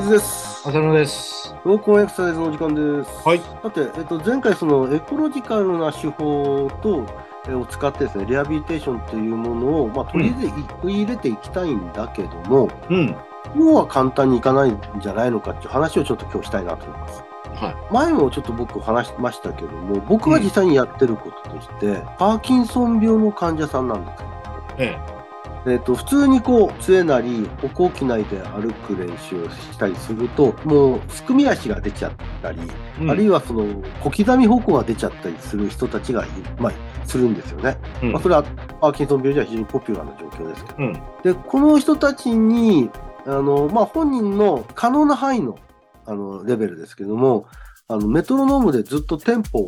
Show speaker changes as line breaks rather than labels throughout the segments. ズです。
浅野です。
ローコンエクササイズの時間です。
はい。
さて、えっと、前回そのエコロジカルな手法と、えーを使ってですね、リハビリテーションというものを、まあ、取り入れ取り入れていきたいんだけども、
うん。
こうは簡単にいかないんじゃないのかっていう話をちょっと今日したいなと思います。
は
前もちょっと僕話しましたけども、僕が実際にやってることとして、パーキンソン病の患者さんなんですよ。
い。ええ。
えっと普通にこう杖なり歩行器内で歩く練習をしたりするともうすくみ足が出ちゃったり、あるい
は、
はその小刻み歩行が出ちゃったりする人たちがい、まあ、するんですよね。
うん
まあ、それはパーキンソン病では非常にポピュラーな状況ですけ
うん。
ど。でこの人たちにあの、まあ、本人の可能な範囲のあのレベルですけどもあのメトロノームでずっとテンポを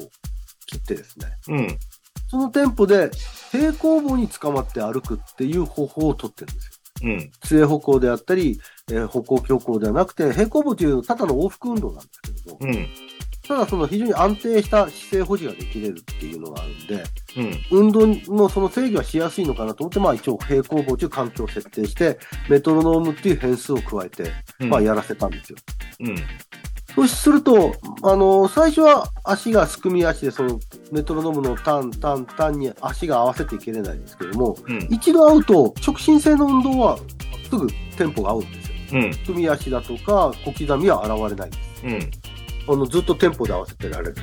切ってですね
うん。
そのテンポで平行棒に捕まって歩くっていう方法をとってるんですよ。
うん。
杖歩行であったり、えー歩行強行ではなくて、平行棒というのはただの往復運動なんですけども、
うん。
ただその非常に安定した姿勢保持ができれるっていうのがあるんで、
うん。
運動のその制御はしやすいのかなと思って、まあ一応平行棒という環境を設定して、メトロノームっていう変数を加えて、
うん。
まあやらせたんですよ。
うん。
そうすると、あの最初は足がすくみ足で、そのメトロノームのタン、タン、タンに足が合わせていけれないんですけども、
うん。
一度合うと直進性の運動はすぐテンポが合うんですよ。
うん。
組み足だとか小刻みは現れないんです。
うん。
あのずっとテンポで合わせてられる。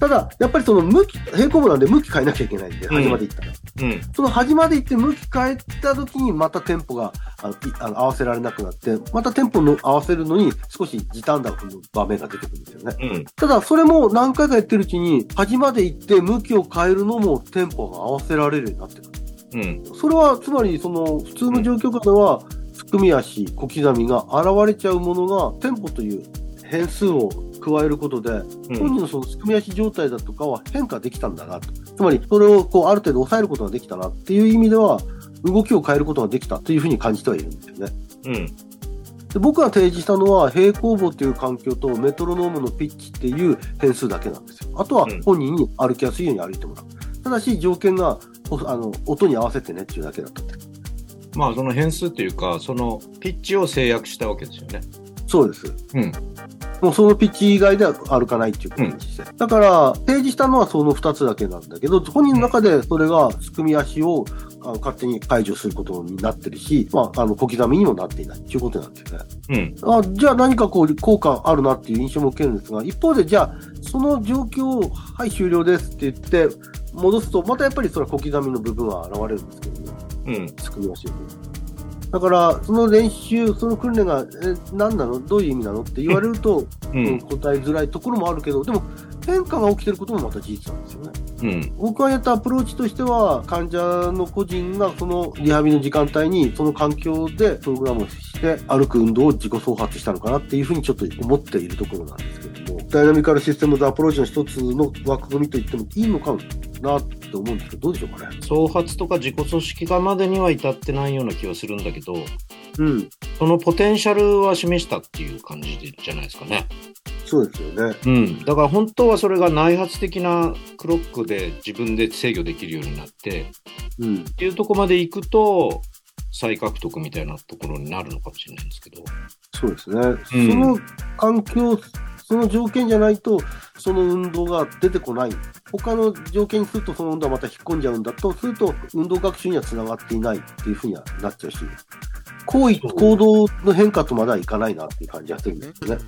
ただ、やっぱりその向き、平行棒なんで向き変えなきゃいけないんで、
うん
端まで行ったら。
うん。
その端まで行って向き変えた時にまたテンポがあのいあの合わせられなくなって、またテンポの合わせるのに少し時短だ踏む場面が出てくるんですよね。
うん。
ただ、それも何回かやってるうちに、端まで行って向きを変えるのもテンポが合わせられるようになってくる。
うん。
それはつまりその普通の状況下では、すくみ足、小刻みが現れちゃうものが、テンポという変数を加えることで、本人のそのすくみ足状態だとかは変化できたんだなと。つまり、それをこうある程度抑えることができたなっていう意味では、動きを変えることができたというふうに感じてはいるんですよね。
うん。
で僕が提示したのは、平行棒という環境とメトロノームのピッチっていう変数だけなんですよ。あとは
うん
本人に歩きやすいように歩いてもらう。ただし、条件が、おあの、音に合わせてねっていうだけだった。
まあ、その変数というか、そのピッチを制約したわけですよね。
そうです。
うん
もうそのピッチ以外では歩かないっていうことにして。だから、提示したのはその2つだけなんだけど、本人の中でそれがすくみ足をあの勝手に解除することになってるし、まあ、あの小刻みにもなっていないっていうことなんですよね。
うん。
あじゃあ何かこう効果あるなっていう印象も受けるんですが、一方でじゃあその状況を、はい終了ですって言って戻すと、またやっぱりそれは小刻みの部分は現れるんですけどね。
うん。
作りましょうだから、その練習、その訓練が、え、何なのどういう意味なのって言われると、
う
うん
ん。
答えづらいところもあるけど、でも、変化が起きてることもまた事実なんですよね。
うん。
僕がやったアプローチとしては、患者の個人がそのリハビリの時間帯に、その環境でプログラムをして、歩く運動を自己創発したのかなっていうふうにちょっと思っているところなんですけども、ダイナミカルシステムズアプローチの一つの枠組みと言ってもいいのかなって思うんですけど、どうでしょうかね。
創発とか自己組織化までには至ってないような気はするんだけど、
うん。
そのポテンシャルは示したっていう感じでじゃないですかね。
そうですよね。
うん、だから本当はそれが内発的なクロックで自分で制御できるようになってっ
うん。
ていうとこまで行くと再獲得みたいなところになるのかもしれないんですけど、
そうですね、その環境、その条件じゃないと、その運動が出てこない、他の条件にすると、その運動はまた引っ込んじゃうんだとすると、運動学習にはつながっていないっていうふうにはなっちゃうし、行為、
そう
行動の変化とまだはいかないなっていう感じがするんですよね。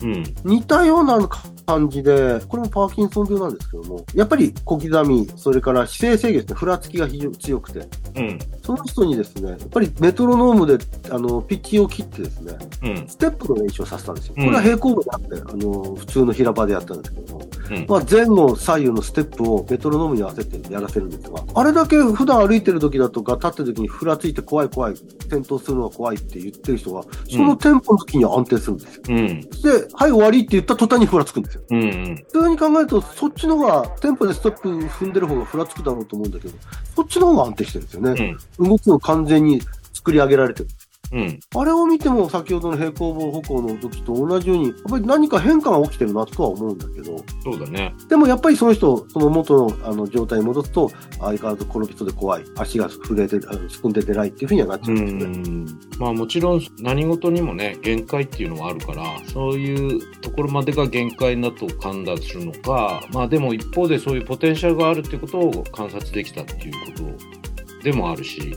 うん
似たような感じで、これもパーキンソン病なんですけども、やっぱり小刻み、それから姿勢制御ですね、ふらつきが非常に強くて、
うん
その人にですね、やっぱりメトロノームであのピッチを切ってですね、
うん
ステップの練習をさせたんですよ。こ
うん
れは平行棒であって、あの普通の平場でやったんですけども、
うん
まあ、前後左右のステップをメトロノームに合わせてやらせるんですが、あれだけ普段歩いてる時だとか、立ってる時にふらついて怖い怖い、転倒するのが怖いって言ってる人が、そのテンポの時には安定するんですよ。
うん
で、はい、終わりって言った途端にふらつくんですよ。
うんうん
普通に考えると、そっちの方が、テンポでストップ踏んでる方がふらつくだろうと思うんだけど、そっちの方が安定してるんですよね。
うん
動きを完全に作り上げられてる。
うん。
あれを見ても先ほどの平行棒歩行の時と同じように、やっぱり何か変化が起きてるなとは思うんだけど、
そうだね。
でもやっぱりその人、その元のあの状態に戻すと、相変わらず転びそうで怖い、足が震えてる、あのすくんで出ないっていうふうにはなっちゃ
う
うんですね。
ん。まあもちろん何事にもね、限界っていうのはあるから、そういうところまでが限界だと判断するのか、まあでも一方でそういうポテンシャルがあるっていうことを観察できたっていうことでもあるし、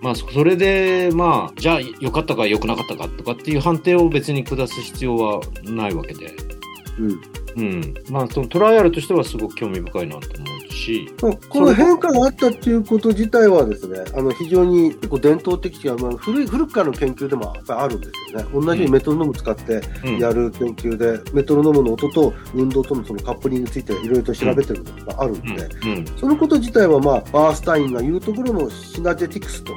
まあ、そそれで、まあ、じゃあ良かったか良くなかったかとかっていう判定を別に下す必要はないわけで、
うん。うん。
うんまあ、そのトライアルとしてはすごく興味深いなと思うし、
でもこの変化があったっていうこと自体はですね、あの非常にこう伝統的というか、まあ、古い古くからの研究でもやっぱりあるんですよね。同じようにメトロノーム使って
うん
やる研究で、メトロノームの音と運動とのそのカップリングについていろいろと調べてるのがあるんで、
うん
そのこと自体は、まあ、バースタインが言うところのシナジェティクスと、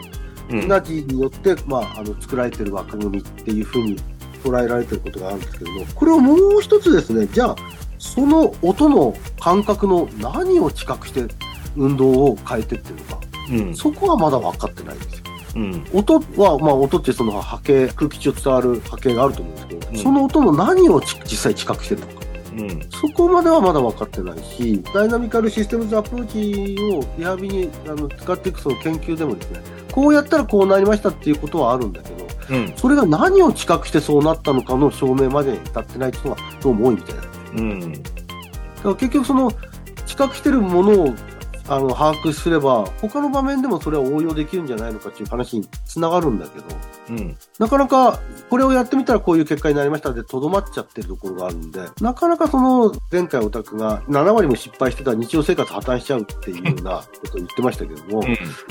うん
シナジーによって、まあ、あの作られてる枠組みっていうふうに捉えられてることがあるんですけどもこれをもう一つですねじゃあその音の感覚の何を知覚して運動を変えてってるのか
うん
そこはまだ分かってないんですよ。
うん
音は、まあ、音ってその波形空気中を伝わる波形があると思うんですけど、
うん
その音の何をち実際知覚してるのか
うん
そこまではまだ分かってないし、ダイナミカルシステムズアプローチをリハビリにあの使っていくその研究でもですね、こうやったらこうなりましたっていうことはあるんだけど、
うん
それが何を知覚してそうなったのかの証明まで至ってないっていうのがどうも多いみたいな。だ
うん
から結局その知覚してるものをあの把握すれば、他の場面でもそれは応用できるんじゃないのかっていう話につながるんだけど、
うん
なかなか、これをやってみたらこういう結果になりましたで、とどまっちゃってるところがあるんで、なかなかその、前回オタクが7割も失敗してた日常生活破綻しちゃうっていうようなことを言ってましたけども、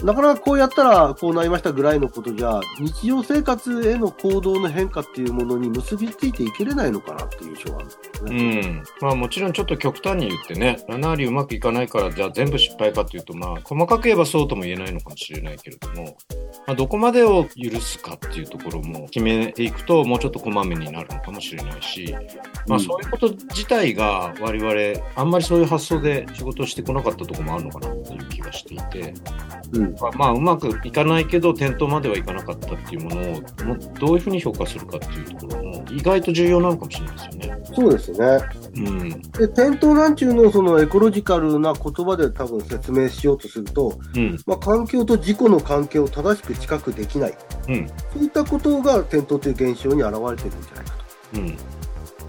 なかなかこうやったらこうなりましたぐらいのことじゃ、日常生活への行動の変化っていうものに結びついていけれないのかなっていう印象があるんですよ
う
ね。
んまあもちろんちょっと極端に言ってね7割うまくいかないからじゃあ全部失敗かっていうとまあ細かく言えばそうとも言えないのかもしれないけれども、まあ、どこまでを許すかっていうところも決めていくともうちょっとこまめになるのかもしれないし、まあ、
うん
そういうこと自体が我々あんまりそういう発想で仕事をしてこなかったところもあるのかなっていう気がしていて、
うん
まあ、まあうまくいかないけど店頭まではいかなかったっていうものをもうどういうふうに評価するかっていうところも意外と重要なのかもしれないですよね。
そうですね。
うん
で、転倒なんちゅうのをそのエコロジカルな言葉で多分説明しようとすると、
うん
まあ、環境と自己の関係を正しく知覚できない。
うん
そういったことが転倒という現象に現れてるんじゃないかと。
うん
ま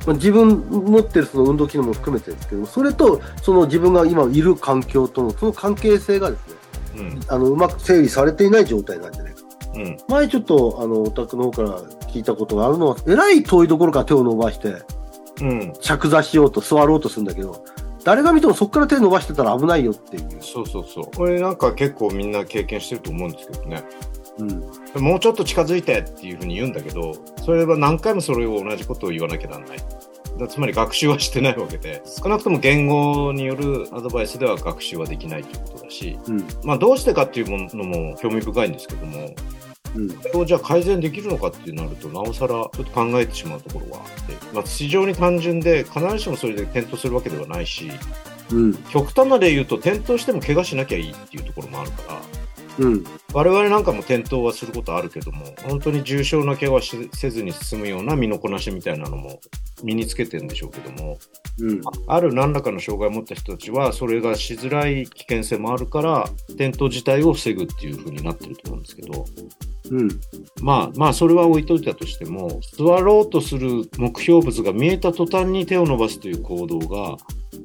あ、自分持ってるその運動機能も含めてですけど、それとその自分が今いる環境とのその関係性がですね、
うん
あのうまく整理されていない状態なんじゃないか。
うん
前ちょっとあのお宅の方から聞いたことがあるのは、えらい遠いところから手を伸ばして、
うん
着座しようと座ろうとするんだけど、誰が見てもそこから手伸ばしてたら危ないよっていう。
そうそうそうこれなんか結構みんな経験してると思うんですけどね
うん。
もうちょっと近づいてっていうふうに言うんだけどそれは何回もそれを同じことを言わなきゃならないだつまり学習はしてないわけで少なくとも言語によるアドバイスでは学習はできないということだし、
うん。
まあ、どうしてかっていうものも興味深いんですけども
うん。
それをじゃあ改善できるのかってなるとなおさらちょっと考えてしまうところはあって、まあ、非常に単純で必ずしもそれで転倒するわけではないし
うん。
極端な例言うと転倒しても怪我しなきゃいいっていうところもあるから
うん。
我々なんかも転倒はすることあるけども本当に重傷な怪我はしせずに進むような身のこなしみたいなのも身につけてるんでしょうけども
うん。
ある何らかの障害を持った人たちはそれがしづらい危険性もあるから転倒自体を防ぐっていう風になってると思うんですけど
うん。
まあまあそれは置いといたとしても座ろうとする目標物が見えた途端に手を伸ばすという行動が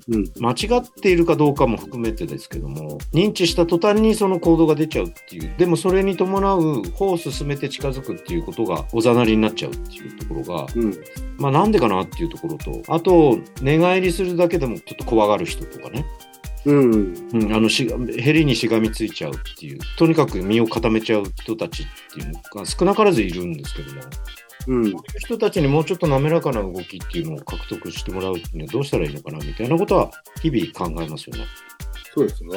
うん。
間違っているかどうかも含めてですけども認知した途端にその行動が出ちゃうっていうでもそれに伴う歩を進めて近づくっていうことがおざなりになっちゃうっていうところが
うん。
まあなんでかなっていうところとあと寝返りするだけでもちょっと怖がる人とかね、
うん。
うん、あのしがヘリにしがみついちゃうっていうとにかく身を固めちゃう人たちっていうのが少なからずいるんですけども
うん。
そういう人たちにもうちょっと滑らかな動きっていうのを獲得してもらうっていうのはどうしたらいいのかなみたいなことは日々考えますよね。
そうですね。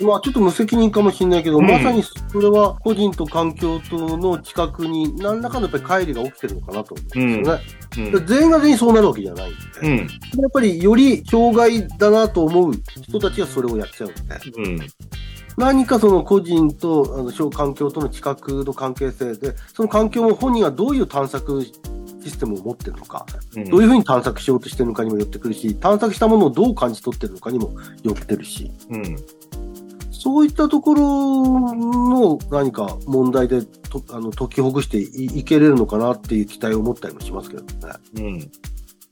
うん
まあちょっと無責任かもしれないけど、
うん
まさにそれは個人と環境との近くに何らかのやっぱり乖離が起きてるのかなと思うんですよね。
うん
で全員が全員そうなるわけじゃないんで、
うん
やっぱりより障害だなと思う人たちがそれをやっちゃうんで、
うん
何かその個人とあの小環境との知覚の関係性で、その環境も本人がどういう探索システムを持ってるのか、
うん
どういうふうに探索しようとしてるのかにもよってくるし、探索したものをどう感じ取ってるのかにもよってるし、
うん
そういったところの何か問題でとあの解きほぐしていいけれるのかなっていう期待を持ったりもしますけどね。
うん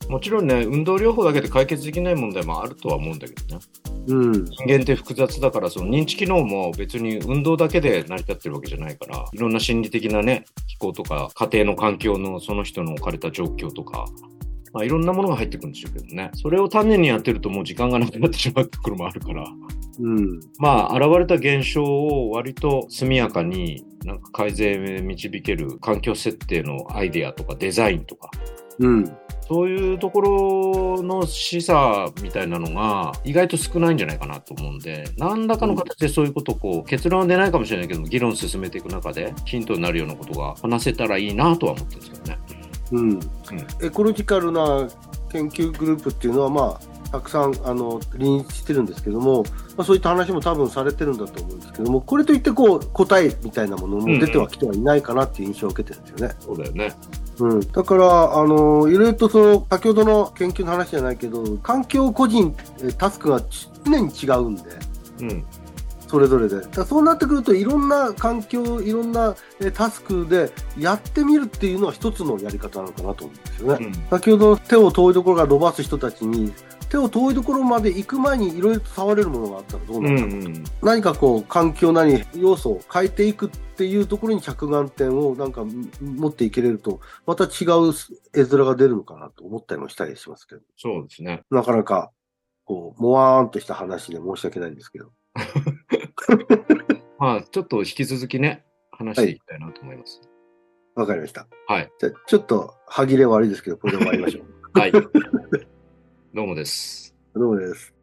もちろんね、運動療法だけで解決できない問題もあるとは思うんだけどね。
うん。
人間って複雑だから、その認知機能も別に運動だけで成り立ってるわけじゃないから、いろんな心理的なね、機構とか、家庭の環境のその人の置かれた状況とか、まあ、いろんなものが入ってくるんでしょうけどね。それを丹念にやってるともう時間がなくなってしまうところもあるから、
うん。
まあ、現れた現象を割と速やかに、なんか改善へ導ける環境設定のアイデアとかデザインとか、
うん。
そういうところの示唆みたいなのが意外と少ないんじゃないかなと思うんで、何らかの形でそういうことをこう、結論は出ないかもしれないけども、議論進めていく中でヒントになるようなことが話せたらいいなとは思ってるんですけどね。
うん。エコロジカルな研究グループっていうのは、まあ、たくさんあの臨時してるんですけども、まあ、そういった話も多分されてるんだと思うんですけども、これといってこう答えみたいなものも出てはきてはいないかなっていう印象を受けてるんですよね。
そうだよね。
うん、だから、あのいろいろとその先ほどの研究の話じゃないけど、環境個人、えタスクが常に違うんで、
うん。
それぞれで。だからそうなってくると、いろんな環境、いろんなえタスクでやってみるっていうのは一つのやり方なのかなと思うんですよね。
うん。
先ほど手を遠いところから伸ばす人たちに手を遠いところまで行く前にいろいろと触れるものがあったらどう
う
なる
ん
か、
うん。
何かこう環境なり要素を変えていくっていうところに着眼点をなんかうん持っていけれるとまた違う絵面が出るのかなと思ったりもしたりしますけど
そうですね。
なかなかこうもわーんとした話で申し訳ないんですけど
まあ、ちょっと引き続きね、話していきたいなと思います。
わかりました
はい。
じゃあちょっと歯切れ悪いですけどこれで終わりましょう
はい。どうもです。
どうもです